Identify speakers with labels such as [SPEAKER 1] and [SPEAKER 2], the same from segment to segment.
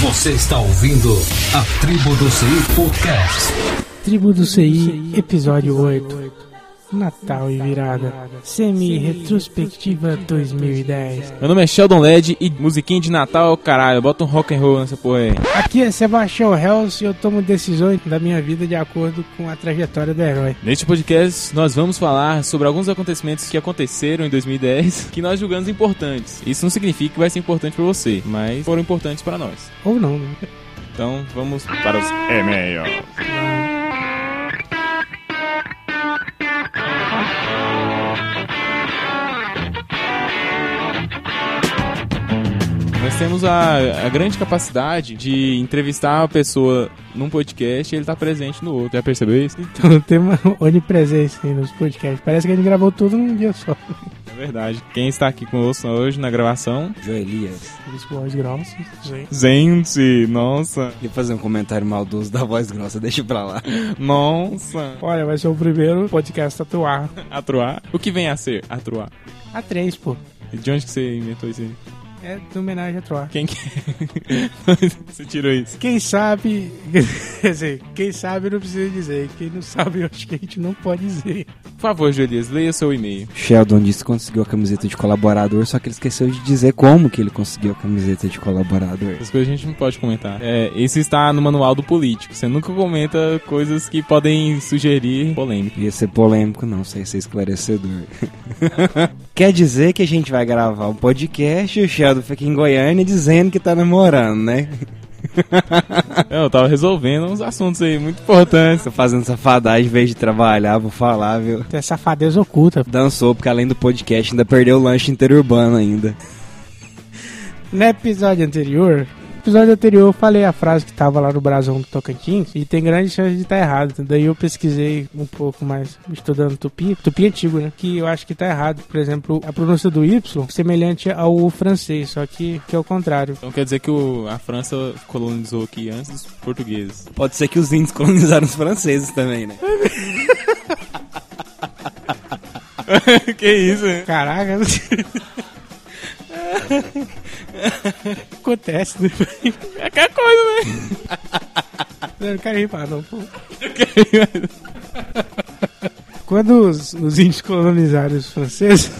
[SPEAKER 1] Você está ouvindo a Tribo do CI Podcast.
[SPEAKER 2] Tribo do CI, episódio 8. Natal e virada. Semi-retrospectiva 2010.
[SPEAKER 3] Meu nome é Sheldon Led e musiquinha de Natal é o caralho. Bota um rock and roll nessa porra aí.
[SPEAKER 2] Aqui é Sebastião Hells e eu tomo decisões da minha vida de acordo com a trajetória do herói.
[SPEAKER 3] Neste podcast, nós vamos falar sobre alguns acontecimentos que aconteceram em 2010 que nós julgamos importantes. Isso não significa que vai ser importante pra você, mas foram importantes pra nós.
[SPEAKER 2] Ou não, né?
[SPEAKER 3] Então vamos para os e-mails. Nós temos a, a grande capacidade de entrevistar a pessoa num podcast e ele tá presente no outro. Já percebeu isso?
[SPEAKER 2] Então tem uma onipresença aí nos podcasts. Parece que a gente gravou tudo num dia só.
[SPEAKER 3] É verdade. Quem está aqui conosco hoje na gravação?
[SPEAKER 4] Joelias.
[SPEAKER 2] Eles com voz grossa, gente.
[SPEAKER 3] Gente, nossa,
[SPEAKER 4] Ia fazer um comentário maldoso da voz grossa, deixa pra lá.
[SPEAKER 3] nossa.
[SPEAKER 2] Olha, vai ser o primeiro podcast tatuar.
[SPEAKER 3] Atruar. O que vem a ser atruar?
[SPEAKER 2] A 3, pô.
[SPEAKER 3] E De onde que você inventou isso aí?
[SPEAKER 2] É de homenagem a Troar.
[SPEAKER 3] Quem que é? Você tirou isso.
[SPEAKER 2] Quem sabe. Quer dizer, quem sabe não precisa dizer. Quem não sabe, eu acho que a gente não pode dizer.
[SPEAKER 3] Por favor, Julias, leia seu e-mail.
[SPEAKER 4] Sheldon disse que conseguiu a camiseta de colaborador, só que ele esqueceu de dizer como que ele conseguiu a camiseta de colaborador.
[SPEAKER 3] Essas coisas a gente não pode comentar. É, isso está no manual do político. Você nunca comenta coisas que podem sugerir polêmica.
[SPEAKER 4] Ia ser polêmico, não, só ia ser esclarecedor. Quer dizer que a gente vai gravar um podcast e o Sheldon fica em Goiânia dizendo que tá namorando, né?
[SPEAKER 3] Eu tava resolvendo uns assuntos aí muito importantes.
[SPEAKER 4] Tô fazendo safadagem em vez de trabalhar, vou falar, viu?
[SPEAKER 2] Tem safadeza oculta.
[SPEAKER 4] Dançou, porque além do podcast ainda perdeu o lanche interurbano ainda.
[SPEAKER 2] No episódio anterior. no Episódio anterior eu falei a frase que tava lá no brasão do Tocantins e tem grande chance de estar errado. Daí eu pesquisei um pouco mais, estudando tupi, tupi antigo, né? Que eu acho que tá errado. Por exemplo, a pronúncia do Y é semelhante ao francês, só que, que é o contrário.
[SPEAKER 3] Então quer dizer que o- a França colonizou aqui antes dos portugueses.
[SPEAKER 4] Pode ser que os índios colonizaram os franceses também, né?
[SPEAKER 3] que isso, né?
[SPEAKER 2] Caraca, acontece, né?
[SPEAKER 3] É aquela coisa, né?
[SPEAKER 2] Eu não quero rir, pá, não. pô. Quando os, os índios colonizaram os franceses,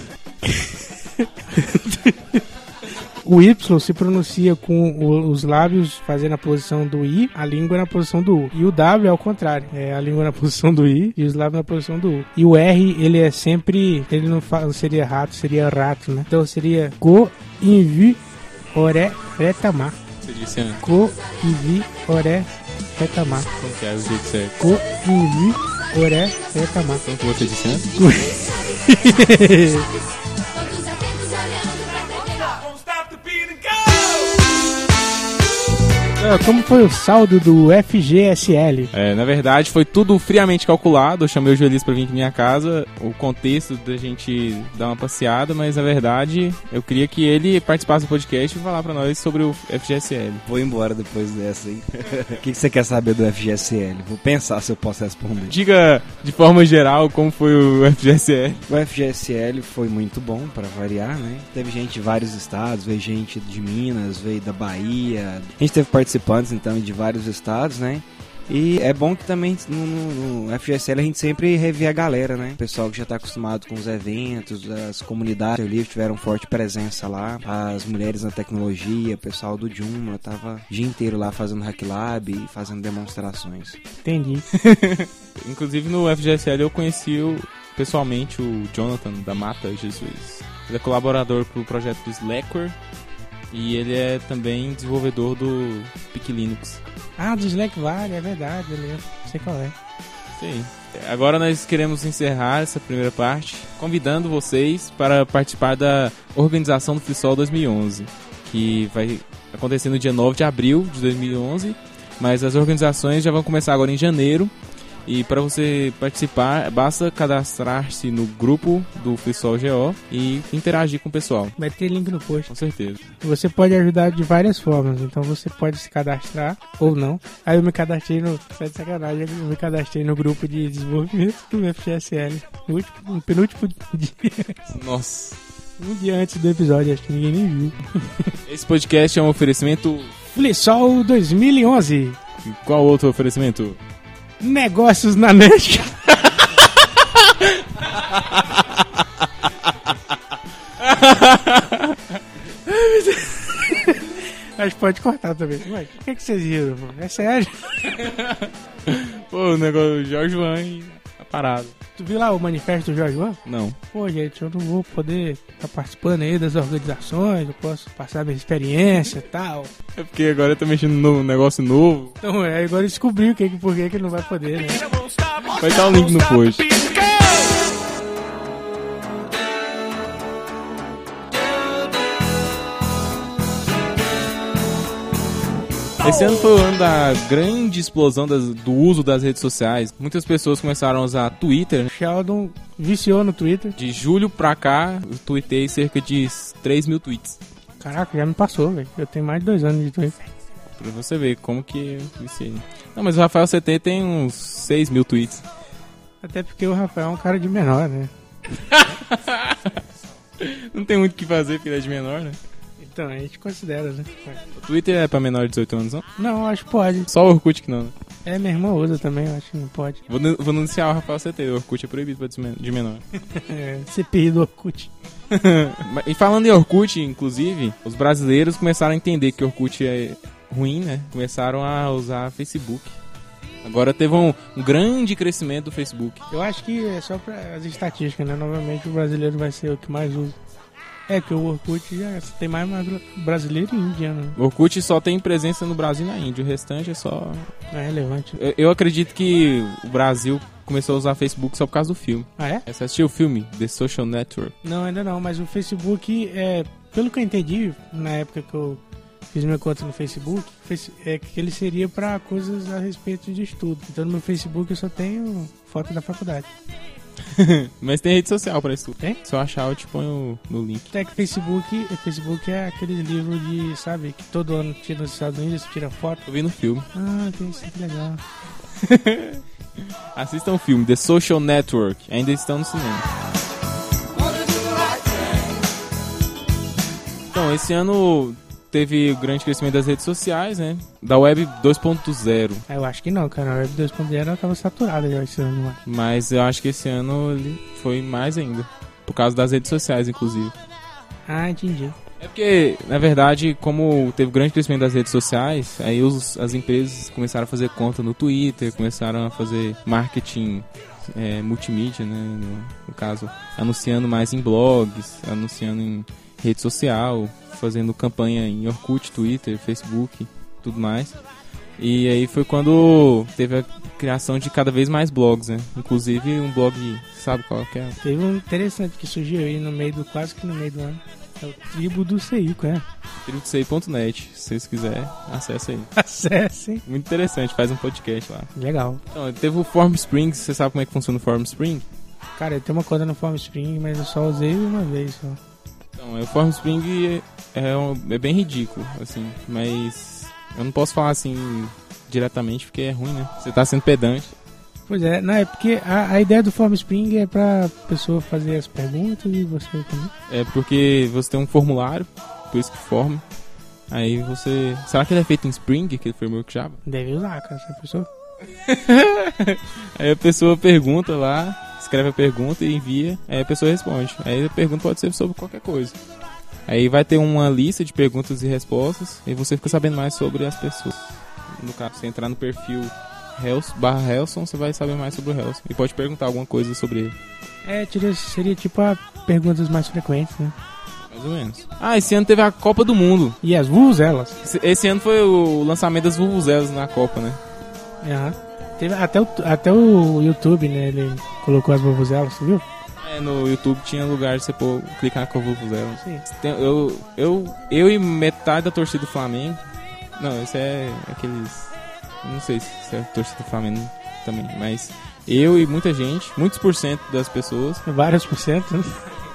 [SPEAKER 2] o Y se pronuncia com o- os lábios fazendo a posição do I, a língua na posição do U. E o W é ao contrário, é a língua na posição do I e os lábios na posição do U. E o R, ele é sempre, ele não, fa- não seria rato, seria rato, né? Então seria go invi ore retamar.
[SPEAKER 3] Você disse antes
[SPEAKER 2] Go invi ore retamar.
[SPEAKER 3] como que é o jeito certo.
[SPEAKER 2] Ko Invi Oré Retama.
[SPEAKER 3] Como que você disse antes?
[SPEAKER 5] Todos atentos olhando pra TV.
[SPEAKER 2] Ah, Como foi o saldo do FGSL?
[SPEAKER 3] É, na verdade, foi tudo friamente calculado. Eu chamei o Joelis pra vir aqui em minha casa. O contexto da gente dar uma passeada, mas na verdade, eu queria que ele participasse do podcast e falar pra nós sobre o FGSL.
[SPEAKER 4] Vou embora depois dessa, hein? O que, que você quer saber do FGSL? Vou pensar se eu posso responder.
[SPEAKER 3] Diga de forma geral como foi o FGSL.
[SPEAKER 4] O FGSL foi muito bom, pra variar, né? Teve gente de vários estados, veio gente de Minas, veio da Bahia. A gente teve participantes, então, de vários estados, né? E é bom que também no, no- no FGSL a gente sempre revê a galera, né? O pessoal que já tá acostumado com os eventos, as comunidades do livro tiveram forte presença lá. As mulheres na tecnologia, o pessoal do Joomla tava o dia inteiro lá fazendo hack lab e fazendo demonstrações.
[SPEAKER 2] Entendi.
[SPEAKER 3] Inclusive no FGSL eu conheci o- pessoalmente o Jonathan da Mata Jesus. Ele é colaborador pro projeto do Slackware e ele é também desenvolvedor do PIC Linux.
[SPEAKER 2] Ah, do Slack Vale, é verdade, eu lembro. Sei qual é.
[SPEAKER 3] Sim. Agora nós queremos encerrar essa primeira parte convidando vocês para participar da organização do FreeSol 2011, que vai acontecer no dia 9 de abril de 2011, mas as organizações já vão começar agora em janeiro. E para você participar, basta cadastrar-se no grupo do FreeSol GO e interagir com o pessoal.
[SPEAKER 2] Vai ter link no post.
[SPEAKER 3] Com certeza.
[SPEAKER 2] Você pode ajudar de várias formas, então você pode se cadastrar ou não. Aí eu me cadastrei no. Sai de sacanagem, eu me cadastrei no grupo de desenvolvimento do FGSL. No, último, no penúltimo dia.
[SPEAKER 3] Nossa.
[SPEAKER 2] Um dia antes do episódio, acho que ninguém nem viu.
[SPEAKER 3] Esse podcast é um oferecimento.
[SPEAKER 2] Flissol 2011.
[SPEAKER 3] Qual outro oferecimento?
[SPEAKER 2] Negócios na net. Acho que pode cortar também. Ué, o que, é que vocês viram? pô? É sério?
[SPEAKER 3] Pô, o negócio do Jorge Tá Van e a parada.
[SPEAKER 2] Tu viu lá o manifesto do Jorge Van?
[SPEAKER 3] Não.
[SPEAKER 2] Pô, gente, eu não vou poder estar participando aí das organizações, eu posso passar minha experiência e tal.
[SPEAKER 3] É porque agora eu tô mexendo num negócio novo.
[SPEAKER 2] Então, é, agora eu descobri o que, que- por que, que ele não vai poder, né?
[SPEAKER 3] Vai estar o link no post. Esse ano foi o ano da grande explosão das- do uso das redes sociais. Muitas pessoas começaram a usar Twitter. né?
[SPEAKER 2] Sheldon viciou no Twitter.
[SPEAKER 3] De julho pra cá, eu tuitei cerca de 3 mil tweets.
[SPEAKER 2] Caraca, já me passou, velho. Eu tenho mais de dois anos de Twitter.
[SPEAKER 3] Pra você ver como que eu viciei. Não, mas o Rafael CT tem uns 6 mil tweets.
[SPEAKER 2] Até porque o Rafael é um cara de menor, né?
[SPEAKER 3] Não tem muito o que fazer, porque ele é de menor, né?
[SPEAKER 2] Então, a gente considera, né?
[SPEAKER 3] O Twitter é pra menor de 18 anos, não?
[SPEAKER 2] Não, acho que pode.
[SPEAKER 3] Só o Orkut que não, né?
[SPEAKER 2] É, minha irmã usa também, eu acho que não pode.
[SPEAKER 3] Vou, den- vou denunciar o Rafael CT, o Orkut é proibido pra desmen- de menor.
[SPEAKER 2] É, CPI do Orkut.
[SPEAKER 3] Mas- e falando em Orkut, inclusive, os brasileiros começaram a entender que Orkut é ruim, né? Começaram a usar Facebook. Agora teve um, um grande crescimento do Facebook.
[SPEAKER 2] Eu acho que é só para as estatísticas, né? Novamente o brasileiro vai ser o que mais usa. É que o Orkut já tem mais magro- brasileiro e indiano. né?
[SPEAKER 3] O Orkut só tem presença no Brasil e na Índia, o restante é só...
[SPEAKER 2] Não é relevante.
[SPEAKER 3] Eu, eu acredito que o Brasil começou a usar Facebook só por causa do filme.
[SPEAKER 2] Ah, é?
[SPEAKER 3] Você assistiu o filme The Social Network?
[SPEAKER 2] Não, ainda não, mas o Facebook, é, pelo que eu entendi, na época que eu fiz minha conta no Facebook, face- é que ele seria para coisas a respeito de estudo. Então no meu Facebook eu só tenho foto da faculdade.
[SPEAKER 3] Mas tem rede social pra isso.
[SPEAKER 2] Tem?
[SPEAKER 3] Se eu achar, eu te ponho no link.
[SPEAKER 2] Até que Facebook, Facebook é aquele livro de, sabe, que todo ano tira nos Estados Unidos, tira foto.
[SPEAKER 3] Eu vi no filme.
[SPEAKER 2] Ah, tem isso, que legal.
[SPEAKER 3] Assistam o filme The Social Network. Ainda estão no cinema. Então, esse ano teve o grande crescimento das redes sociais, né? Da Web 2.0.
[SPEAKER 2] Ah, Eu acho que não, cara. A Web 2.0 ela tava saturada já esse ano, mano.
[SPEAKER 3] Mas eu acho que esse ano ele foi mais ainda. Por causa das redes sociais, inclusive.
[SPEAKER 2] Ah, entendi.
[SPEAKER 3] É porque, na verdade, como teve grande crescimento das redes sociais, aí os- as empresas começaram a fazer conta no Twitter, começaram a fazer marketing é, multimídia, né? No, no caso, anunciando mais em blogs, anunciando em rede social, fazendo campanha em Orkut, Twitter, Facebook, tudo mais. E aí foi quando teve a criação de cada vez mais blogs, né? Inclusive um blog, sabe qual que é?
[SPEAKER 2] Teve um interessante que surgiu aí no meio do, quase que no meio do ano. É o Tribo do Seico, é.
[SPEAKER 3] Tributecei.net, se vocês quiserem, acessa aí.
[SPEAKER 2] Acessem.
[SPEAKER 3] Muito interessante, faz um podcast lá.
[SPEAKER 2] Legal.
[SPEAKER 3] Então, teve o Form Springs, você sabe como é que funciona o Form Spring?
[SPEAKER 2] Cara, eu tenho uma conta no Form Spring, mas eu só usei uma vez só.
[SPEAKER 3] Então, é, o Form Spring é, é um- é bem ridículo, assim, mas eu não posso falar assim diretamente porque é ruim, né? Você tá sendo pedante.
[SPEAKER 2] Pois é, não, é porque a, a ideia do Form Spring é pra pessoa fazer as perguntas e você também.
[SPEAKER 3] É porque você tem um formulário, por isso que forma. Aí você. Será que ele é feito em Spring, aquele framework Java?
[SPEAKER 2] Deve usar, cara, essa pessoa.
[SPEAKER 3] Aí a pessoa pergunta lá, escreve a pergunta e envia, aí a pessoa responde. Aí a pergunta pode ser sobre qualquer coisa. Aí vai ter uma lista de perguntas e respostas e você fica sabendo mais sobre as pessoas. No caso, se entrar no perfil Hels, barra Helson, você vai saber mais sobre o Helson. E pode perguntar alguma coisa sobre ele,
[SPEAKER 2] É, tira- seria tipo a perguntas mais frequentes, né?
[SPEAKER 3] mais ou menos. Ah, esse ano teve a Copa do Mundo.
[SPEAKER 2] E as vuvuzelas.
[SPEAKER 3] Esse- Esse ano foi o lançamento das Vuvuzelas na Copa, né?
[SPEAKER 2] Aham. Teve até, o, até o YouTube, né? Ele colocou as vuvuzelas, você viu?
[SPEAKER 3] É, no YouTube tinha lugar de você pôr, clicar na Copa Vuvuzelas.
[SPEAKER 2] Sim.
[SPEAKER 3] Tem- eu, eu, eu e metade da torcida do Flamengo. Não, esse é aqueles. eu Não sei se é a torcida do Flamengo também, mas eu e muita gente, muitos por cento das pessoas,
[SPEAKER 2] Vários por cento. né?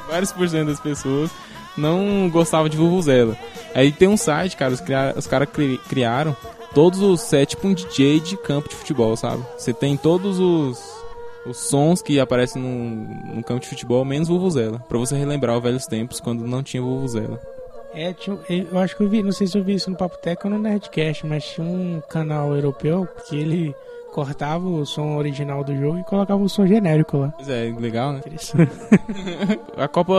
[SPEAKER 3] vários por cento das pessoas não gostava de Vuvuzela. Aí tem um site, cara, os, cria- os caras cri- criaram todos os. É tipo um DJ de campo de futebol, sabe? Você tem todos os. os sons que aparecem num, num campo de futebol, menos vuvuzela. Pra você relembrar os velhos tempos quando não tinha vuvuzela.
[SPEAKER 2] É, tinha, um- eu acho que eu vi, não sei se eu vi isso no Papo Teco ou no Nerdcast, mas tinha um canal europeu que ele cortava o som original do jogo e colocava o som genérico lá.
[SPEAKER 3] Pois é, legal, né?
[SPEAKER 2] Interessante.
[SPEAKER 3] A Copa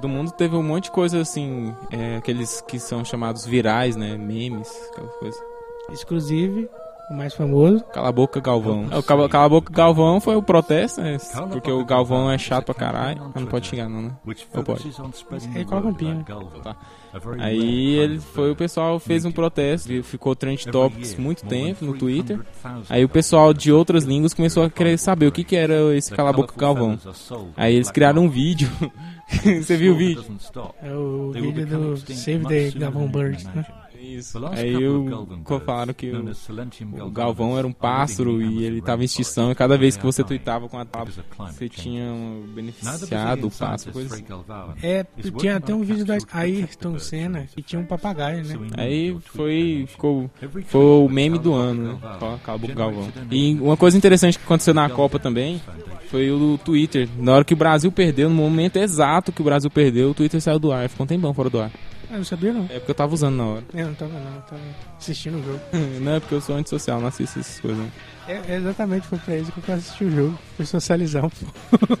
[SPEAKER 3] do Mundo teve um monte de coisa assim, é, aqueles que são chamados virais, né? Memes, aquelas coisas.
[SPEAKER 2] Exclusive, o mais famoso.
[SPEAKER 3] Cala a boca, Galvão. É, O cala, cala a boca, Galvão foi o protesto, né? Porque o Galvão é chato pra caralho. Ah, Não pode xingar, não, né? Ou pode.
[SPEAKER 4] É,
[SPEAKER 2] Ele coloca um pino.
[SPEAKER 3] Tá. Aí ele foi, o pessoal fez um protesto, e ficou trend topics muito tempo no Twitter. Aí o pessoal de outras línguas começou a querer saber o que, que era esse cala a boca, Galvão. Aí eles criaram um vídeo. Você viu o vídeo?
[SPEAKER 2] É o vídeo do Save the Gavon Bird, né?
[SPEAKER 3] Isso. Aí eu co- falaram que o, o é Galvão era um pássaro e ele tava em extinção e cada vez que você tweetava com a tábua, você tinha um beneficiado o pássaro, coisa assim.
[SPEAKER 2] É, tinha até um vídeo da Ayrton Senna que tinha um papagaio, né?
[SPEAKER 3] Aí foi, ficou, foi o meme do ano, né? Fala, Cala a boca, Galvão. E uma coisa interessante que aconteceu na Copa também foi o Twitter. Na hora que o Brasil perdeu, no momento exato que o Brasil perdeu, o Twitter saiu do ar. Ficou um tempão fora do ar.
[SPEAKER 2] Ah, não sabia não.
[SPEAKER 3] É porque eu tava usando na hora.
[SPEAKER 2] Eu não tava não, eu tava assistindo o jogo.
[SPEAKER 3] Não é porque eu sou antissocial, não assisto essas coisas. né?
[SPEAKER 2] É, exatamente, foi pra isso que eu fui assistir o jogo. Foi socializar um pouco.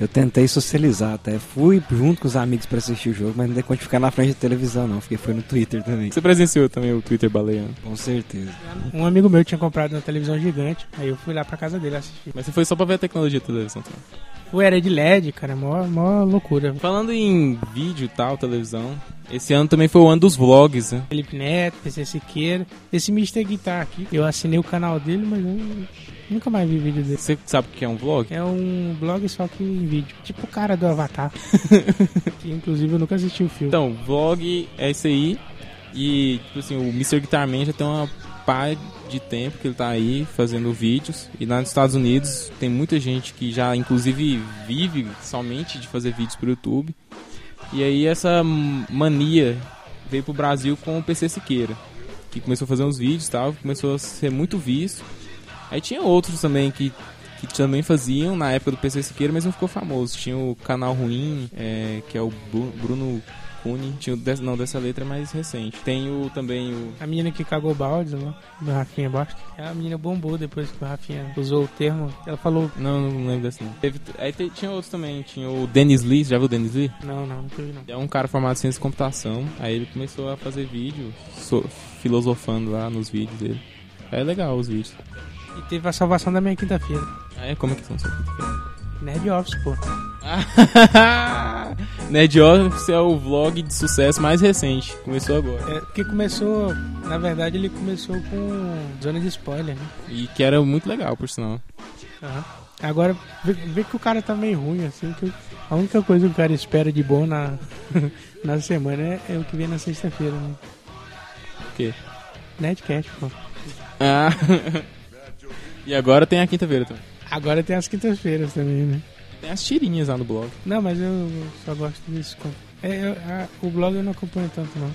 [SPEAKER 4] Eu tentei socializar até. Fui junto com os amigos pra assistir o jogo, mas não dei conta de ficar na frente da televisão, não. Fiquei foi no Twitter também.
[SPEAKER 3] Você presenciou também o Twitter baleando.
[SPEAKER 4] Com certeza.
[SPEAKER 2] Um amigo meu tinha comprado uma televisão gigante, aí eu fui lá pra casa dele assistir.
[SPEAKER 3] Mas você foi só pra ver a tecnologia da televisão também.
[SPEAKER 2] Ué, era de LED, cara, mó, mó loucura.
[SPEAKER 3] Falando em vídeo e tal, televisão, esse ano também foi o ano dos vlogs, né?
[SPEAKER 2] Felipe Neto, PC Siqueira, esse Mr. Guitar aqui. Eu assinei o canal dele, mas eu nunca mais vi vídeo dele.
[SPEAKER 3] Você sabe o que é um vlog?
[SPEAKER 2] É um blog só que em vídeo. Tipo o cara do Avatar. que, inclusive eu nunca assisti o filme.
[SPEAKER 3] Então, vlog é isso aí. E, tipo assim, o Mr. Guitar Man já tem uma pá de tempo que ele tá aí fazendo vídeos. E lá nos Estados Unidos tem muita gente que já, inclusive, vive somente de fazer vídeos pro YouTube. E aí essa mania veio pro Brasil com o PC Siqueira, que começou a fazer uns vídeos e tal, começou a ser muito visto. Aí tinha outros também que, que também faziam na época do PC Siqueira, mas não ficou famoso. Tinha o Canal Ruim, é, que é o Bru- Bruno Cune, tinha o des- não, dessa letra é mais recente. Tem o, também o
[SPEAKER 2] A menina que cagou baldes lá, do Rafinha Bastos. A menina bombou depois que o Rafinha usou o termo. Ela falou,
[SPEAKER 3] Não, não lembro desse não. Teve- aí te- tinha outros também, tinha o Dennis Lee, já viu o Dennis Lee?
[SPEAKER 2] não, não, não teve não.
[SPEAKER 3] É um cara formado em ciência de computação, aí ele começou a fazer vídeo, so- filosofando lá nos vídeos dele. É legal os vídeos.
[SPEAKER 2] E teve a salvação da minha quinta-feira.
[SPEAKER 3] Ah, é? Como é que são?
[SPEAKER 2] Nerd Office, pô. É,
[SPEAKER 3] Nerd Office é o vlog de sucesso mais recente, começou agora.
[SPEAKER 2] É, porque começou, na verdade ele começou com zona de spoiler, né?
[SPEAKER 3] E que era muito legal, por sinal.
[SPEAKER 2] Agora, vê, vê que o cara tá meio ruim, assim, que a única coisa que o cara espera de bom na, na semana é, é o que vem na sexta-feira, né?
[SPEAKER 3] O quê?
[SPEAKER 2] Nerdcast, pô.
[SPEAKER 3] Ah. e agora tem a quinta-feira também.
[SPEAKER 2] Agora tem as quintas-feiras também, né?
[SPEAKER 3] Tem as tirinhas lá no blog.
[SPEAKER 2] Não, mas eu só gosto disso. com- É, eu- a- o blog eu não acompanho tanto, não.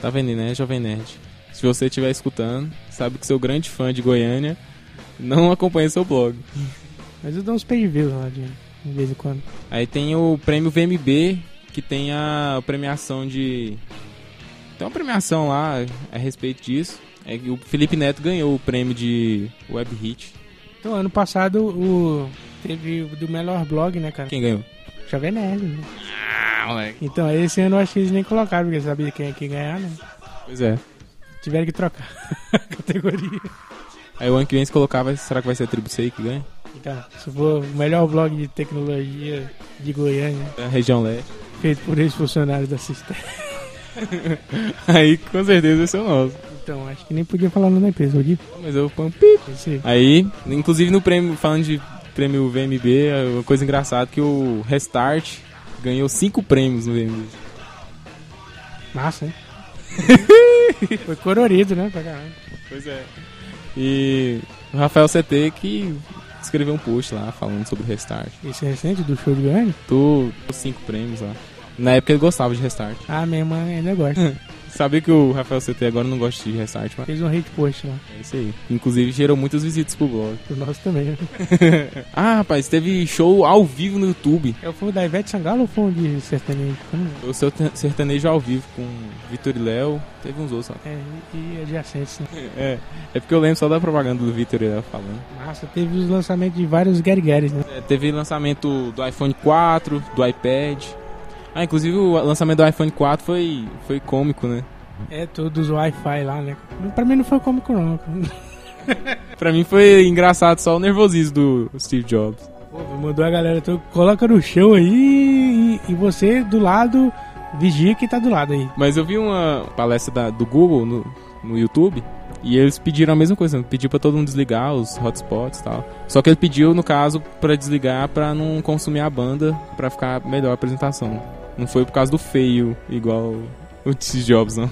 [SPEAKER 3] Tá vendo, né, Jovem Nerd? Se você estiver escutando, sabe que sou grande fã de Goiânia, não acompanha seu blog.
[SPEAKER 2] Mas eu dou uns page views lá de, de vez em quando.
[SPEAKER 3] Aí tem o prêmio VMB, que tem a premiação de. Tem uma premiação lá a respeito disso. É que o Felipe Neto ganhou o prêmio de Web Hit.
[SPEAKER 2] Então, ano passado o, teve o do melhor blog, né, cara?
[SPEAKER 3] Quem ganhou?
[SPEAKER 2] Jovem Nerd, né?
[SPEAKER 3] Ah, moleque.
[SPEAKER 2] Então, esse ano eu acho que eles nem colocaram, porque sabia quem é que ia ganhar, né?
[SPEAKER 3] Pois é.
[SPEAKER 2] Tiveram que trocar a categoria.
[SPEAKER 3] Aí o ano que vem se colocar, vai- será que vai ser a Tribu C que ganha?
[SPEAKER 2] Então, se for o melhor blog de tecnologia de Goiânia,
[SPEAKER 3] Da região leste.
[SPEAKER 2] feito por ex-funcionários da Cisterna.
[SPEAKER 3] Aí com certeza vai ser o nosso.
[SPEAKER 2] Então, acho que nem podia falar no da empresa, eu digo.
[SPEAKER 3] Mas eu ponho um pi.
[SPEAKER 2] Esse-
[SPEAKER 3] Aí, inclusive no prêmio, falando de prêmio VMB, é uma coisa engraçada que o Restart ganhou cinco prêmios no VMB.
[SPEAKER 2] Massa, hein? Foi colorido, né? Pra caralho.
[SPEAKER 3] Pois é. E o Rafael CT que escreveu um post lá falando sobre o Restart.
[SPEAKER 2] Esse recente do show de Goiânia?
[SPEAKER 3] Tu, os cinco prêmios lá. Na época ele gostava de Restart.
[SPEAKER 2] Ah, minha irmã ainda gosta.
[SPEAKER 3] Sabia que o Rafael CT agora não gosta de restart, mas
[SPEAKER 2] Fez um hate post lá.
[SPEAKER 3] é isso aí. Inclusive gerou muitas visitas pro blog.
[SPEAKER 2] O nosso também. né?
[SPEAKER 3] Ah, rapaz, teve show ao vivo no YouTube.
[SPEAKER 2] É, Foi o da Ivete Sangalo ou foi um de sertanejo? Como é?
[SPEAKER 3] O seu te- sertanejo ao vivo com Vitor e Léo. Teve uns outros, né?
[SPEAKER 2] É, e e adjacentes, né?
[SPEAKER 3] É, é porque eu lembro só da propaganda do Vitor e Léo falando.
[SPEAKER 2] Massa, teve os lançamentos de vários guerigueres, né?
[SPEAKER 3] É, teve lançamento do iPhone 4, do iPad. Ah, inclusive o lançamento do iPhone 4 foi, foi cômico, né?
[SPEAKER 2] É, todos os Wi-Fi lá, né? Pra mim não foi cômico, não.
[SPEAKER 3] Pra mim foi engraçado só o nervosismo do Steve Jobs.
[SPEAKER 2] Pô, mandou a galera, tu coloca no chão aí e, e você do lado vigia quem tá do lado aí.
[SPEAKER 3] Mas eu vi uma palestra da- do Google no, no YouTube e eles pediram a mesma coisa, pediu pra todo mundo desligar os hotspots e tal. Só que ele pediu, no caso, pra desligar pra não consumir a banda, pra ficar melhor a apresentação. Não foi por causa do feio, igual o Steve Jobs, não.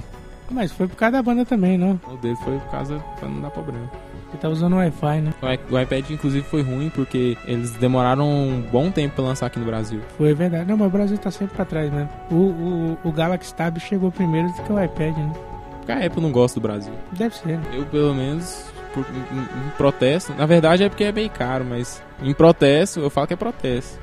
[SPEAKER 2] Mas foi por causa da banda também, né? não?
[SPEAKER 3] O dele foi por causa pra não dar problema.
[SPEAKER 2] Ele tava usando o Wi-Fi, né?
[SPEAKER 3] O i- O iPad, inclusive, foi ruim porque eles demoraram um bom tempo pra lançar aqui no Brasil.
[SPEAKER 2] Foi verdade. Não, mas o Brasil tá sempre pra trás, né? O, o, o Galaxy Tab chegou primeiro do que o iPad, né?
[SPEAKER 3] Porque a Apple não gosta do Brasil.
[SPEAKER 2] Deve ser. né?
[SPEAKER 3] Eu, pelo menos, por, em, em- em protesto. Na verdade, é porque é meio caro, mas em protesto, eu falo que é protesto.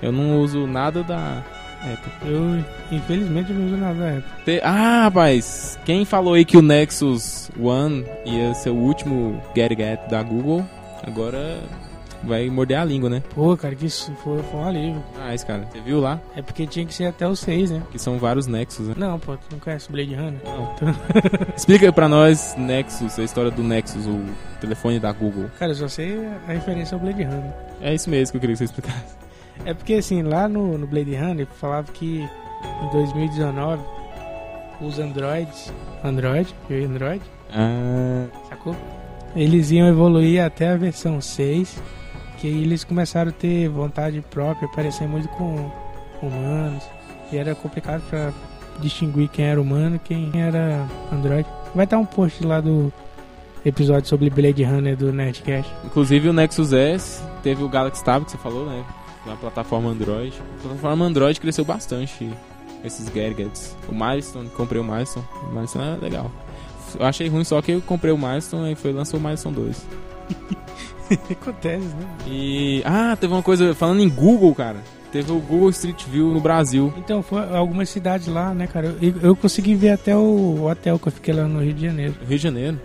[SPEAKER 3] Eu não uso nada da Apple.
[SPEAKER 2] Eu, infelizmente, não uso nada da Apple.
[SPEAKER 3] Te- Ah, rapaz, quem falou aí que o Nexus One ia ser o último Get Get da Google, agora vai morder a língua, né?
[SPEAKER 2] Pô, cara, que isso foi, foi um alívio.
[SPEAKER 3] Ah, esse cara, você viu lá?
[SPEAKER 2] É porque tinha que ser até o 6, né?
[SPEAKER 3] Que são vários Nexus, né?
[SPEAKER 2] Não, pô, tu não conhece Blade Runner?
[SPEAKER 3] Explica pra nós, Nexus, a história do Nexus, o telefone da Google.
[SPEAKER 2] Cara, eu só sei a referência ao Blade Runner.
[SPEAKER 3] É isso mesmo que eu queria que você explicasse.
[SPEAKER 2] É porque, assim, lá no, no Blade Runner falava que em 2019 os androids, Android, eu e Android,
[SPEAKER 3] Ah,
[SPEAKER 2] sacou? Eles iam evoluir até a versão 6, que aí eles começaram a ter vontade própria, parecer muito com humanos, e era complicado pra distinguir quem era humano e quem era Android. Vai estar um post lá do episódio sobre Blade Runner do Nerdcast.
[SPEAKER 3] inclusive o Nexus S, teve o Galaxy Tab que você falou, né? Na plataforma Android. A plataforma Android cresceu bastante esses gadgets. O Milestone, comprei o Milestone. O Milestone é legal. Eu achei ruim só que eu comprei o Milestone e foi lançou o Milestone 2.
[SPEAKER 2] Acontece, né?
[SPEAKER 3] E ah, teve uma coisa falando em Google, cara. Teve o Google Street View no Brasil.
[SPEAKER 2] Então, foi algumas cidades lá, né, cara? Eu, eu consegui ver até o hotel que eu fiquei lá no Rio de Janeiro.
[SPEAKER 3] no Rio de Janeiro.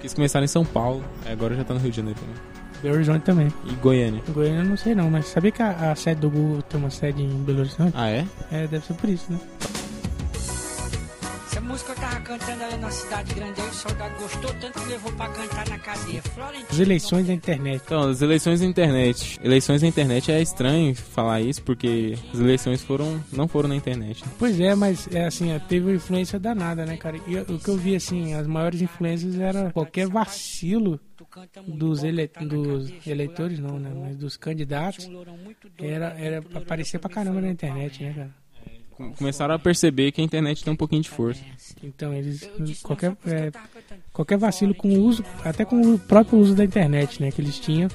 [SPEAKER 3] Quis começar em São Paulo. É, Agora já tá no Rio de Janeiro também.
[SPEAKER 2] Belo Horizonte também.
[SPEAKER 3] E Goiânia.
[SPEAKER 2] Em Goiânia eu não sei não, mas sabia que a, a sede do Google tem uma sede em Belo Horizonte?
[SPEAKER 3] Ah, é?
[SPEAKER 2] É, deve ser por isso, né?
[SPEAKER 6] Essa música eu tava cantando ali na cidade grande, aí o soldado gostou tanto que levou pra cantar na cadeia. Florentino.
[SPEAKER 2] As eleições da internet.
[SPEAKER 3] Então, as eleições na internet. Eleições na internet é estranho falar isso, porque as eleições foram não foram na internet.
[SPEAKER 2] Pois é, mas é assim, ó, teve uma influência danada, né, cara? E eu- o que eu vi, assim, as maiores influências era qualquer vacilo dos, ele, dos eleitores, não, né? Mas dos candidatos, era, era aparecer pra caramba na internet, né, cara?
[SPEAKER 3] Com- Começaram a perceber que a internet tem um pouquinho de força.
[SPEAKER 2] Então eles qualquer é, qualquer vacilo com o uso, até com o próprio uso da internet, né, que eles tinham,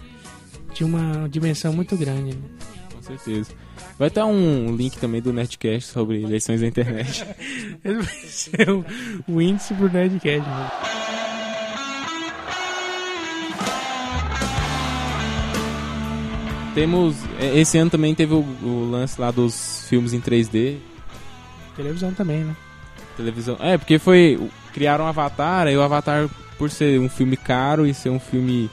[SPEAKER 2] tinha uma dimensão muito grande. né?
[SPEAKER 3] Com certeza. Vai estar um link também do Nerdcast sobre eleições na internet.
[SPEAKER 2] Esse vai ser o, o índice pro Nerdcast. Né?
[SPEAKER 3] Temos. é, Esse ano também teve o, o lance lá dos filmes em 3D.
[SPEAKER 2] Televisão também, né?
[SPEAKER 3] televisão. É, porque foi. Criaram o Avatar, aí o Avatar, por ser um filme caro e ser um filme.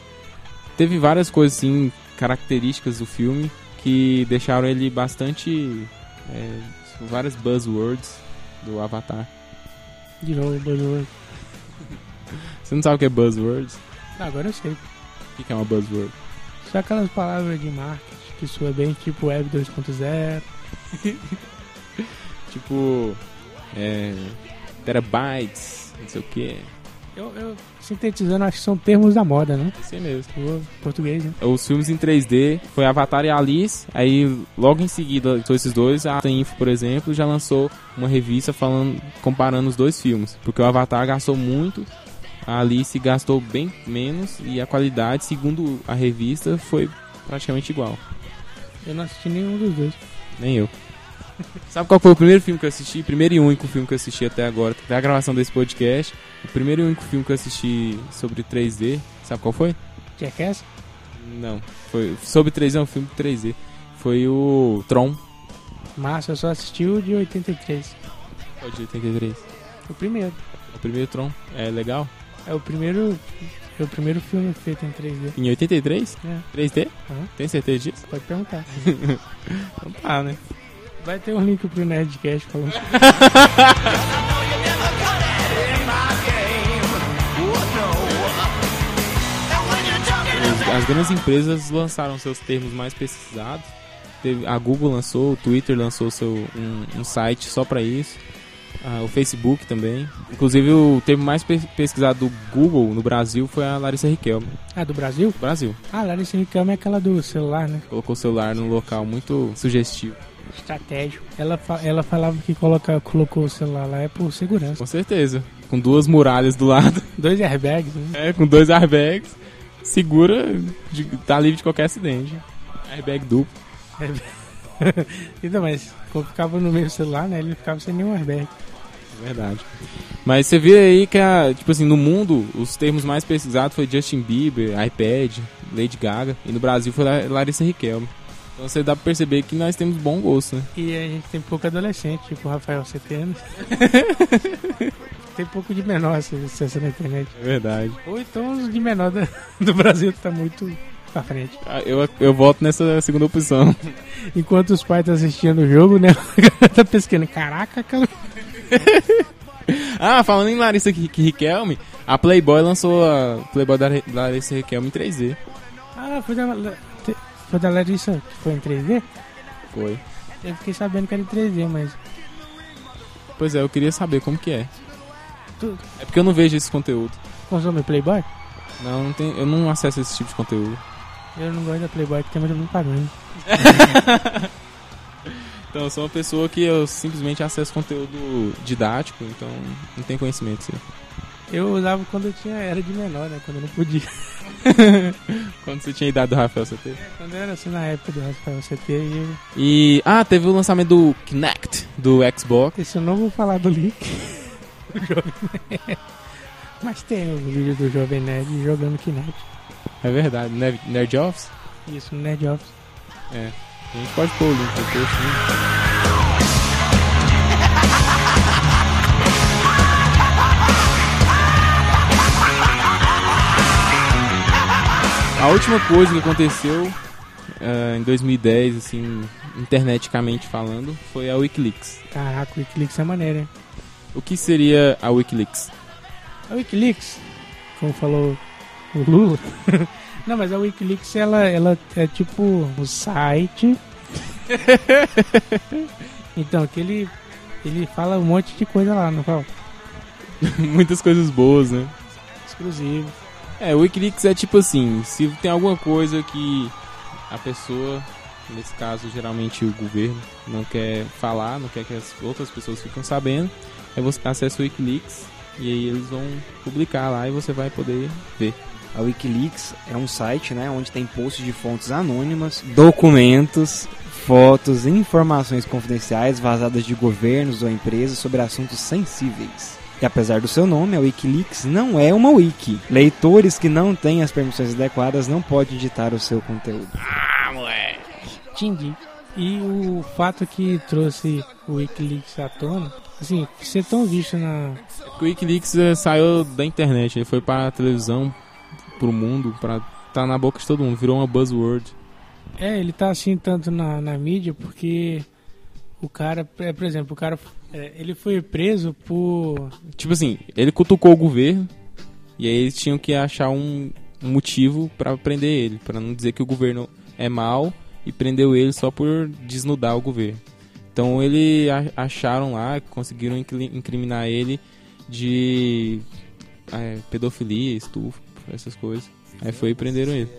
[SPEAKER 3] Teve várias coisas, assim, características do filme que deixaram ele bastante. É, várias buzzwords do Avatar.
[SPEAKER 2] De novo, Buzzword.
[SPEAKER 3] Você não sabe o que é buzzwords?
[SPEAKER 2] Ah, agora eu sei.
[SPEAKER 3] O que que é uma buzzword?
[SPEAKER 2] Só aquelas palavras de marketing que soa bem, tipo Web 2.0,
[SPEAKER 3] Tipo. É, terabytes, não sei o que.
[SPEAKER 2] eu, eu sintetizando, acho que são termos da moda, né?
[SPEAKER 3] Assim mesmo.
[SPEAKER 2] O português, né?
[SPEAKER 3] os filmes em 3D foi Avatar e Alice. Aí logo em seguida, são esses dois, a Info, por exemplo, já lançou uma revista falando comparando os dois filmes, porque o Avatar gastou muito, a Alice gastou bem menos e a qualidade, segundo a revista, foi praticamente igual.
[SPEAKER 2] Eu não assisti nenhum dos dois.
[SPEAKER 3] Nem eu. Sabe qual foi o primeiro filme que eu assisti? Primeiro e único filme que eu assisti até agora, até a gravação desse podcast. O primeiro e único filme que eu assisti sobre 3D. Sabe qual foi?
[SPEAKER 2] Jackass?
[SPEAKER 3] Não. Foi sobre 3D, é um filme 3D. Foi o Tron,
[SPEAKER 2] Massa, eu só assisti o de 83.
[SPEAKER 3] é o de 83.
[SPEAKER 2] O primeiro.
[SPEAKER 3] O primeiro Tron. É legal?
[SPEAKER 2] É o primeiro. É o primeiro filme feito em 3D.
[SPEAKER 3] Em 83?
[SPEAKER 2] É.
[SPEAKER 3] 3D?
[SPEAKER 2] Aham. Ah,
[SPEAKER 3] Tem certeza disso?
[SPEAKER 2] Pode perguntar.
[SPEAKER 3] Então tá, né?
[SPEAKER 2] Vai ter um link pro Nerdcast falando.
[SPEAKER 3] Os- As grandes empresas lançaram seus termos mais pesquisados. Teve- A Google lançou, o Twitter lançou seu, um, um site só pra isso. Ah, o Facebook também. Inclusive, o termo mais pe- pesquisado do Google no Brasil foi a Larissa Riquelme.
[SPEAKER 2] Ah, do Brasil?
[SPEAKER 3] Brasil.
[SPEAKER 2] Ah, Larissa Riquelme é aquela do celular, né?
[SPEAKER 3] Colocou o celular num local muito sugestivo.
[SPEAKER 2] Estratégico. Ela, fa- ela falava que coloca, colocou o celular lá é por segurança.
[SPEAKER 3] Com certeza. Com duas muralhas do lado.
[SPEAKER 2] Dois airbags, né?
[SPEAKER 3] É, com dois airbags. Segura, de, tá livre de qualquer acidente. Airbag duplo.
[SPEAKER 2] Então, mas quando ficava no meio do celular, né? Ele ficava sem nenhum airbag.
[SPEAKER 3] é Verdade. Mas você vê aí que, a, tipo assim, no mundo, os termos mais pesquisados foi Justin Bieber, iPad, Lady Gaga. E no Brasil foi La- Larissa Riquelme. Então você dá pra perceber que nós temos bom gosto, né?
[SPEAKER 2] E a gente tem pouco adolescente, tipo o Rafael Setena. tem pouco de menor acesso na internet.
[SPEAKER 3] É verdade.
[SPEAKER 2] Ou então os de menor da- do Brasil tá muito pra frente.
[SPEAKER 3] Ah, Eu, eu voto nessa segunda opção.
[SPEAKER 2] Enquanto os pais estão assistindo o jogo, né? O cara tá pescando. Caraca, cara.
[SPEAKER 3] Ah, falando em Larissa Ri- Riquelme, a Playboy lançou a Playboy da Re- Larissa Riquelme em 3D.
[SPEAKER 2] Ah, foi da, La- te- foi da Larissa que foi em 3D?
[SPEAKER 3] Foi.
[SPEAKER 2] Eu fiquei sabendo que era em 3D, mas.
[SPEAKER 3] Pois é, eu queria saber como que é.
[SPEAKER 2] Tu
[SPEAKER 3] É porque eu não vejo esse conteúdo.
[SPEAKER 2] consome Playboy?
[SPEAKER 3] Não, não tem, eu não acesso esse tipo de conteúdo.
[SPEAKER 2] Eu não gosto da Playboy porque tem muito pagando.
[SPEAKER 3] Então, eu sou uma pessoa que eu simplesmente acesso conteúdo didático, então não tem conhecimento. Assim.
[SPEAKER 2] Eu usava quando eu tinha. Era de menor, né? Quando eu não podia.
[SPEAKER 3] Quando você tinha a idade do Rafael, você teve.
[SPEAKER 2] Quando eu era assim na época do Rafael CT, eu...
[SPEAKER 3] E. Ah, teve o lançamento do Kinect do Xbox.
[SPEAKER 2] esse eu não vou falar do link do Jovem Nerd. Mas tem o vídeo do Jovem Nerd jogando Kinect.
[SPEAKER 3] É verdade, Nerd, Nerd Office?
[SPEAKER 2] Isso, no Nerd Office.
[SPEAKER 3] A gente pode pôr o link no texto, né? A última coisa que aconteceu eh, em 2010, assim, interneticamente falando, foi a Wikileaks.
[SPEAKER 2] Caraca, o Wikileaks é maneiro, hein?
[SPEAKER 3] O que seria a Wikileaks?
[SPEAKER 2] A Wikileaks, como falou o Lula. não, mas a Wikileaks, ela, ela é tipo um site. então, que ele, ele fala um monte de coisa lá, não fala?
[SPEAKER 3] Muitas coisas boas, né?
[SPEAKER 2] Exclusivo.
[SPEAKER 3] É, o Wikileaks é tipo assim, se tem alguma coisa que a pessoa, nesse caso geralmente o governo, não quer falar, não quer que as outras pessoas fiquem sabendo, aí você acessa o Wikileaks e aí eles vão publicar lá e você vai poder ver.
[SPEAKER 4] A Wikileaks é um site, né, onde tem posts de fontes anônimas, documentos, fotos e informações confidenciais vazadas de governos ou empresas sobre assuntos sensíveis. E apesar do seu nome, a Wikileaks não é uma wiki. Leitores que não têm as permissões adequadas não podem editar o seu conteúdo.
[SPEAKER 2] Entendi. E o fato que trouxe o Wikileaks à tona, assim, ser tão visto na.
[SPEAKER 3] O Wikileaks eh, saiu da internet, ele foi pra televisão, pro mundo, pra tá na boca de todo mundo, virou uma buzzword.
[SPEAKER 2] É, ele tá assim tanto na, na mídia porque o cara, é, por exemplo, o cara. é, ele foi preso por.
[SPEAKER 3] Tipo assim, ele cutucou o governo e aí eles tinham que achar um um motivo pra prender ele, pra não dizer que o governo é mau e prendeu ele só por desnudar o governo. Então ele a- acharam lá, conseguiram incri- incriminar ele de é, pedofilia, estupro, essas coisas. Aí foi e prenderam ele.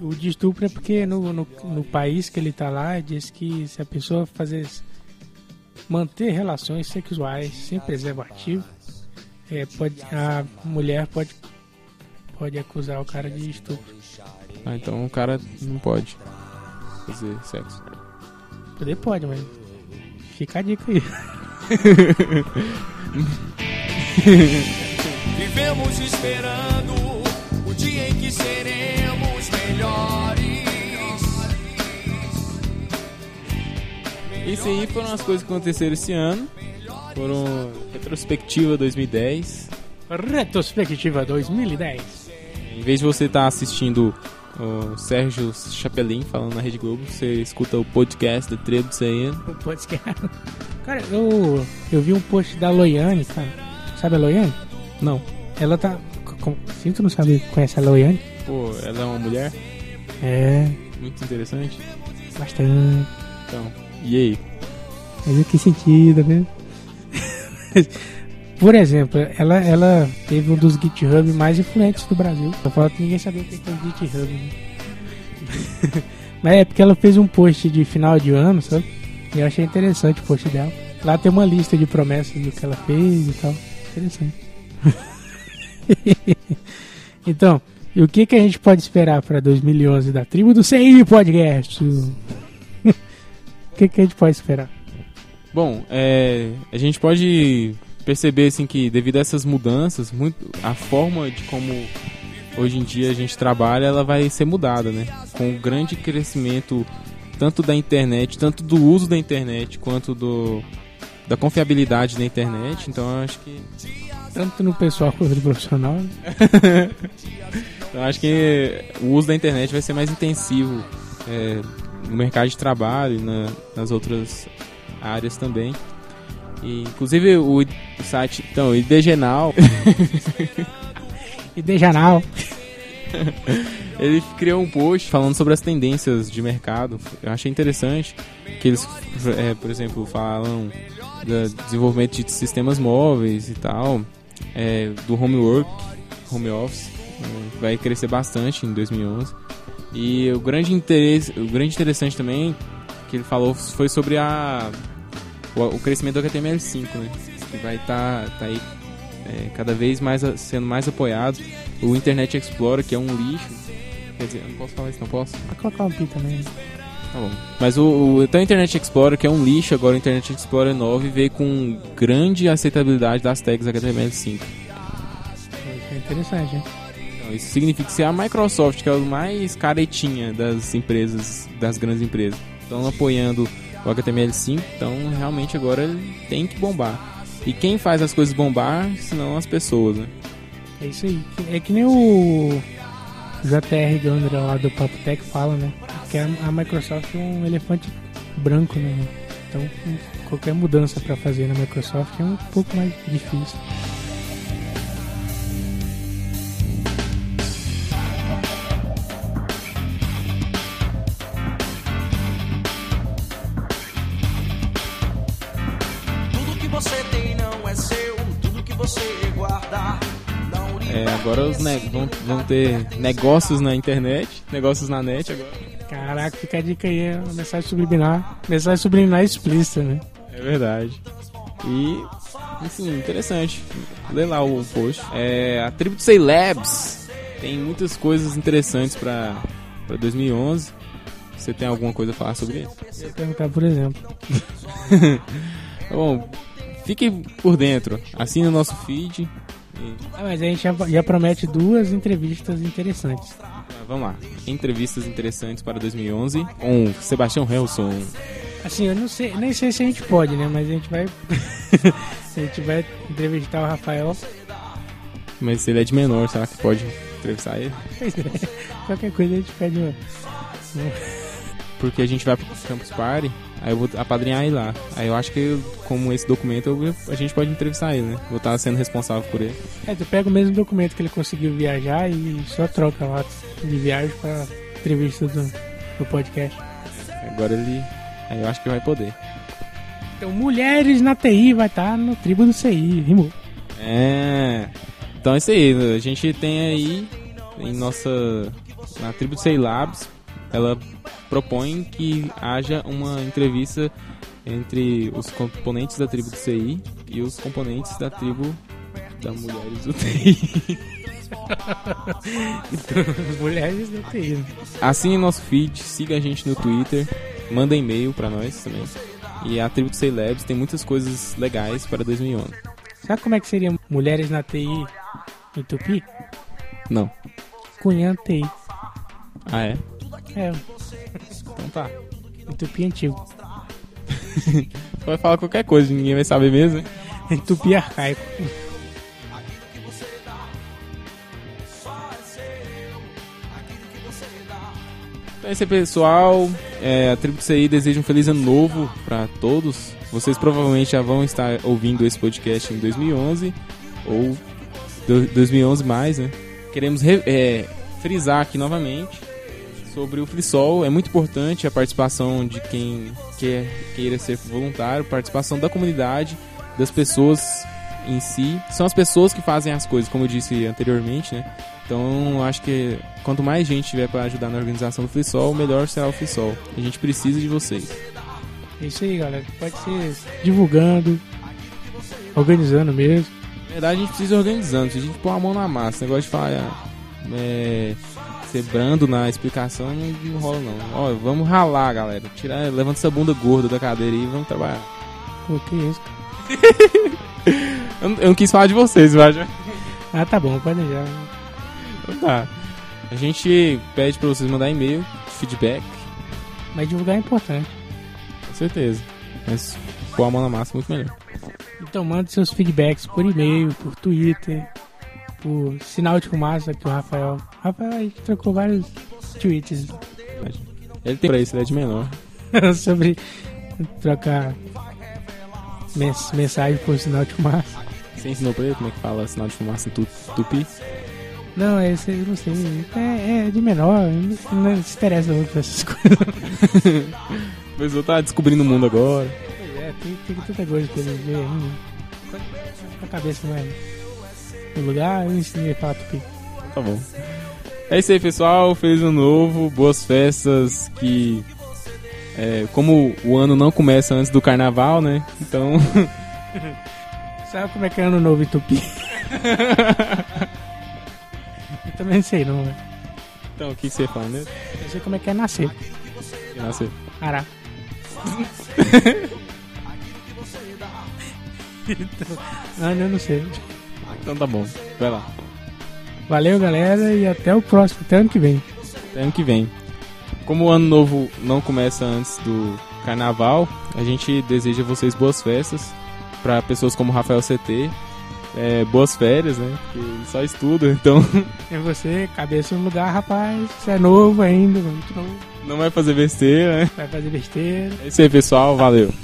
[SPEAKER 2] O de estupro é porque no, no, no país que ele tá lá, diz que se a pessoa fazer. manter relações sexuais sem preservativo, é, pode, a mulher pode, pode acusar o cara de estupro.
[SPEAKER 3] Ah, então o cara não pode fazer sexo.
[SPEAKER 2] Poder pode, mas Fica a dica aí.
[SPEAKER 7] Vivemos esperando o dia em que seremos melhores.
[SPEAKER 3] Isso aí foram as coisas que aconteceram esse ano. Foram retrospectiva 2010.
[SPEAKER 2] Retrospectiva 2010.
[SPEAKER 3] Em vez de você estar assistindo o Sérgio Chapelin falando na Rede Globo, você escuta o podcast da Tribo CN.
[SPEAKER 2] O podcast. Cara, eu, eu vi um post da Loiane, cara. Sabe a Loiane?
[SPEAKER 3] Não.
[SPEAKER 2] Ela tá. co- como- Se tu não sabe, conhece a Loiane?
[SPEAKER 3] Pô, ela é uma mulher
[SPEAKER 2] É,
[SPEAKER 3] muito interessante.
[SPEAKER 2] bastante.
[SPEAKER 3] Então, e aí?
[SPEAKER 2] Mas em que sentido, né? Por exemplo, ela, ela teve um dos GitHub mais influentes do Brasil. Só falta ninguém saber o que que é o GitHub. Né? Mas é porque ela fez um post de final de ano, sabe? E eu achei interessante o post dela. Lá tem uma lista de promessas do que ela fez e tal. Interessante. então, e o que, que a gente pode esperar para 2011 da tribo do CI Podcast? o que, que a gente pode esperar?
[SPEAKER 3] Bom, é, a gente pode perceber assim que devido a essas mudanças, muito, a forma de como hoje em dia a gente trabalha, ela vai ser mudada, né? Com o grande crescimento tanto da internet, tanto do uso da internet, quanto do da confiabilidade da internet. Então eu acho que
[SPEAKER 2] Tanto no pessoal quanto no profissional. né?
[SPEAKER 3] eu acho que o uso da internet vai ser mais intensivo é, no mercado de trabalho, e na- nas outras áreas também. E, inclusive o, i- o site, então, o IDGenal,
[SPEAKER 2] E Dejanal.
[SPEAKER 3] ele criou um post falando sobre as tendências de mercado. Eu achei interessante que eles, é, por exemplo, falam do desenvolvimento de sistemas móveis e tal, é, do homework, home office, é, que vai crescer bastante em 2011. E o grande interesse, o grande interessante também que ele falou foi sobre a o, o crescimento do HTML5, né? Que vai estar tá aí é, cada vez mais a- sendo mais apoiado. O Internet Explorer, que é um lixo. Quer dizer, eu não posso falar isso, não posso?
[SPEAKER 2] Vai colocar um pi também.
[SPEAKER 3] Tá bom. Mas o, o, até o Internet Explorer, que é um lixo, agora o Internet Explorer 9 veio com grande aceitabilidade das tags HTML5.
[SPEAKER 2] É interessante, né?
[SPEAKER 3] Então, isso significa que se a Microsoft, que é o mais caretinha das empresas, das grandes empresas, estão apoiando o HTML5, então realmente agora ele tem que bombar. E quem faz as coisas bombar, senão as pessoas, né?
[SPEAKER 2] É isso aí. É que nem o JR Gandra lá do Papo Tech fala, né? Que a, a Microsoft é um elefante branco, né? Então hum, qualquer mudança pra fazer na Microsoft é um pouco mais difícil.
[SPEAKER 7] Tudo que você tem não é seu, tudo que você guardar. Não
[SPEAKER 3] É, agora os ne- vão, vão ter negócios na internet, negócios na net agora.
[SPEAKER 2] Caraca, fica a dica aí, é uma mensagem subliminar. Mensagem subliminar explícita, né?
[SPEAKER 3] É verdade. E, enfim, interessante. Lê lá o post. É, a tribo do Say Labs tem muitas coisas interessantes pra, pra 2011. Você tem alguma coisa a falar sobre isso?
[SPEAKER 2] Se eu perguntar, por exemplo.
[SPEAKER 3] Tá bom, fique por dentro. Assine o nosso feed. E,
[SPEAKER 2] Ah, mas a gente já, já promete duas entrevistas interessantes.
[SPEAKER 3] ah, vamos lá. Entrevistas interessantes para 2011 com o Um, Sebastião Helson.
[SPEAKER 2] Assim, eu não sei, nem sei se a gente pode, né? Mas a gente vai. a gente vai entrevistar o Rafael.
[SPEAKER 3] Mas ele é de menor, será que pode entrevistar ele?
[SPEAKER 2] Pois é, Qualquer coisa a gente pede um- uma.
[SPEAKER 3] Porque a gente vai pro Campus Party, aí eu vou apadrinhar ele lá. Aí eu acho que, eu, como esse documento, eu- a gente pode entrevistar ele, né? Vou estar sendo responsável por ele.
[SPEAKER 2] É, tu pega o mesmo documento que ele conseguiu viajar e só troca lá de viagem pra entrevista do, do podcast.
[SPEAKER 3] Agora ele. Aí eu acho que vai poder.
[SPEAKER 2] Então, mulheres na TI vai estar no tribo do CI, rimou.
[SPEAKER 3] É. Então é isso aí, a gente tem aí em nossa. Na tribo de Sei Labs, ela propõe que haja uma entrevista entre os componentes da tribo do CI e os componentes da tribo da Mulheres do TI.
[SPEAKER 2] As mulheres na TI. né?
[SPEAKER 3] Assine nosso feed, siga a gente no Twitter, manda e-mail pra nós também. E a tribo do Celebs tem muitas coisas legais para 2011.
[SPEAKER 2] Sabe como é que seria mulheres na TI em Tupi?
[SPEAKER 3] Não.
[SPEAKER 2] Cunhã TI.
[SPEAKER 3] Ah, é?
[SPEAKER 2] É,
[SPEAKER 3] Então tá.
[SPEAKER 2] em Tupi antigo.
[SPEAKER 3] Você vai falar qualquer coisa, ninguém vai saber mesmo, né?
[SPEAKER 2] Em Tupi arcaico.
[SPEAKER 3] Então é isso aí, pessoal. É, a Tribo do CI deseja um feliz ano novo para todos. Vocês provavelmente já vão estar ouvindo esse podcast em 2011 ou do- 2011 mais, né? Queremos re- é, frisar aqui novamente sobre o FreeSol. É muito importante a participação de quem quer, queira ser voluntário, participação da comunidade, das pessoas em si. São as pessoas que fazem as coisas, como eu disse anteriormente, né? Então, eu acho que quanto mais gente tiver para ajudar na organização do FreeSol, melhor será o FreeSol. A gente precisa de vocês.
[SPEAKER 2] É isso aí, galera. Pode ser divulgando, organizando mesmo.
[SPEAKER 3] Na verdade, a gente precisa ir organizando, precisa de pôr a mão na massa. O negócio de falar, é, ser brando na explicação não, não rola, não. Ó, vamos ralar, galera. Tira, levanta essa bunda gorda da cadeira e vamos trabalhar.
[SPEAKER 2] Pô, que isso, cara.
[SPEAKER 3] Eu, não- eu não quis falar de vocês, eu acho.
[SPEAKER 2] Ah, tá bom, planejar.
[SPEAKER 3] Então tá. A gente pede pra vocês mandar e-mail, feedback,
[SPEAKER 2] Mas divulgar é importante.
[SPEAKER 3] com certeza. Mas pôr a mão na massa é muito melhor.
[SPEAKER 2] Então manda seus feedbacks por e-mail, por Twitter, por sinal de fumaça que o Rafael. Rafael aí que trocou vários tweets
[SPEAKER 3] Ele tem pra isso, ele é de menor.
[SPEAKER 2] sobre trocar mens- mensagem por sinal de fumaça.
[SPEAKER 3] Você ensinou pra ele como é que fala sinal de fumaça em tu- tupi?
[SPEAKER 2] Não, esse eu não sei. É, é de menor, não, não se interessa muito pra essas coisas.
[SPEAKER 3] Mas eu tá descobrindo o mundo agora.
[SPEAKER 2] Pois é, tem, tem tanta coisa pra ele ver ainda. A né? cabeça não é no lugar, eu ensinei ele a falar tupi.
[SPEAKER 3] Tá bom. É isso aí, pessoal. Feliz ano novo, boas festas. Que. é, como o ano não começa antes do carnaval, né? Então.
[SPEAKER 2] Sabe como é que é ano novo em tupi? eu também não sei não, velho.
[SPEAKER 3] Então, o que você fala, né?
[SPEAKER 2] Eu sei como é que é nascer.
[SPEAKER 3] Nossa,
[SPEAKER 2] Ará. então, ano eu não sei.
[SPEAKER 3] então tá bom. Vai lá.
[SPEAKER 2] Valeu, galera, e até o próximo, até ano que vem.
[SPEAKER 3] Até ano que vem. Como o ano novo não começa antes do carnaval, a gente deseja a vocês boas festas. Pra pessoas como Rafael CT, é, boas férias, né? Porque ele só estuda, então
[SPEAKER 2] É você, cabeça no lugar, rapaz. Você é novo ainda, muito novo.
[SPEAKER 3] não vai fazer besteira, né?
[SPEAKER 2] Vai fazer besteira.
[SPEAKER 3] É isso aí, pessoal. Valeu.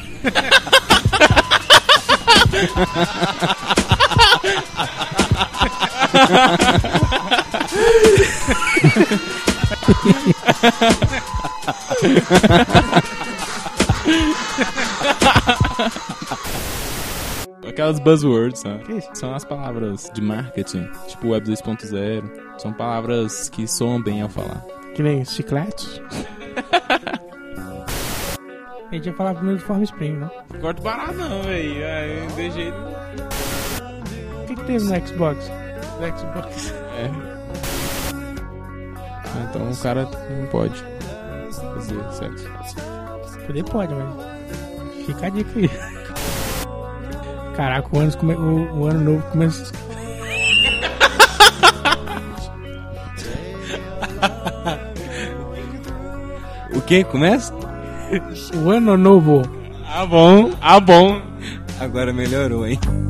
[SPEAKER 3] Aquelas buzzwords, sabe?
[SPEAKER 2] Que isso?
[SPEAKER 3] São as palavras de marketing, tipo Web 2.0. São palavras que soam bem ao falar.
[SPEAKER 2] Que nem chicletes. A gente ia falar primeiro de forma spring, né?
[SPEAKER 3] Corta barato não, velho. É, de jeito
[SPEAKER 2] O que, que teve no Xbox? No Xbox.
[SPEAKER 3] É. Ah, Então o cara não pode fazer sexo.
[SPEAKER 2] Poder pode, mas. Fica a dica aí. Caraca, o ano, come... o, o ano novo começa.
[SPEAKER 4] O que? Começa?
[SPEAKER 2] O ano novo.
[SPEAKER 3] Ah, bom, ah, bom.
[SPEAKER 4] Agora melhorou, hein?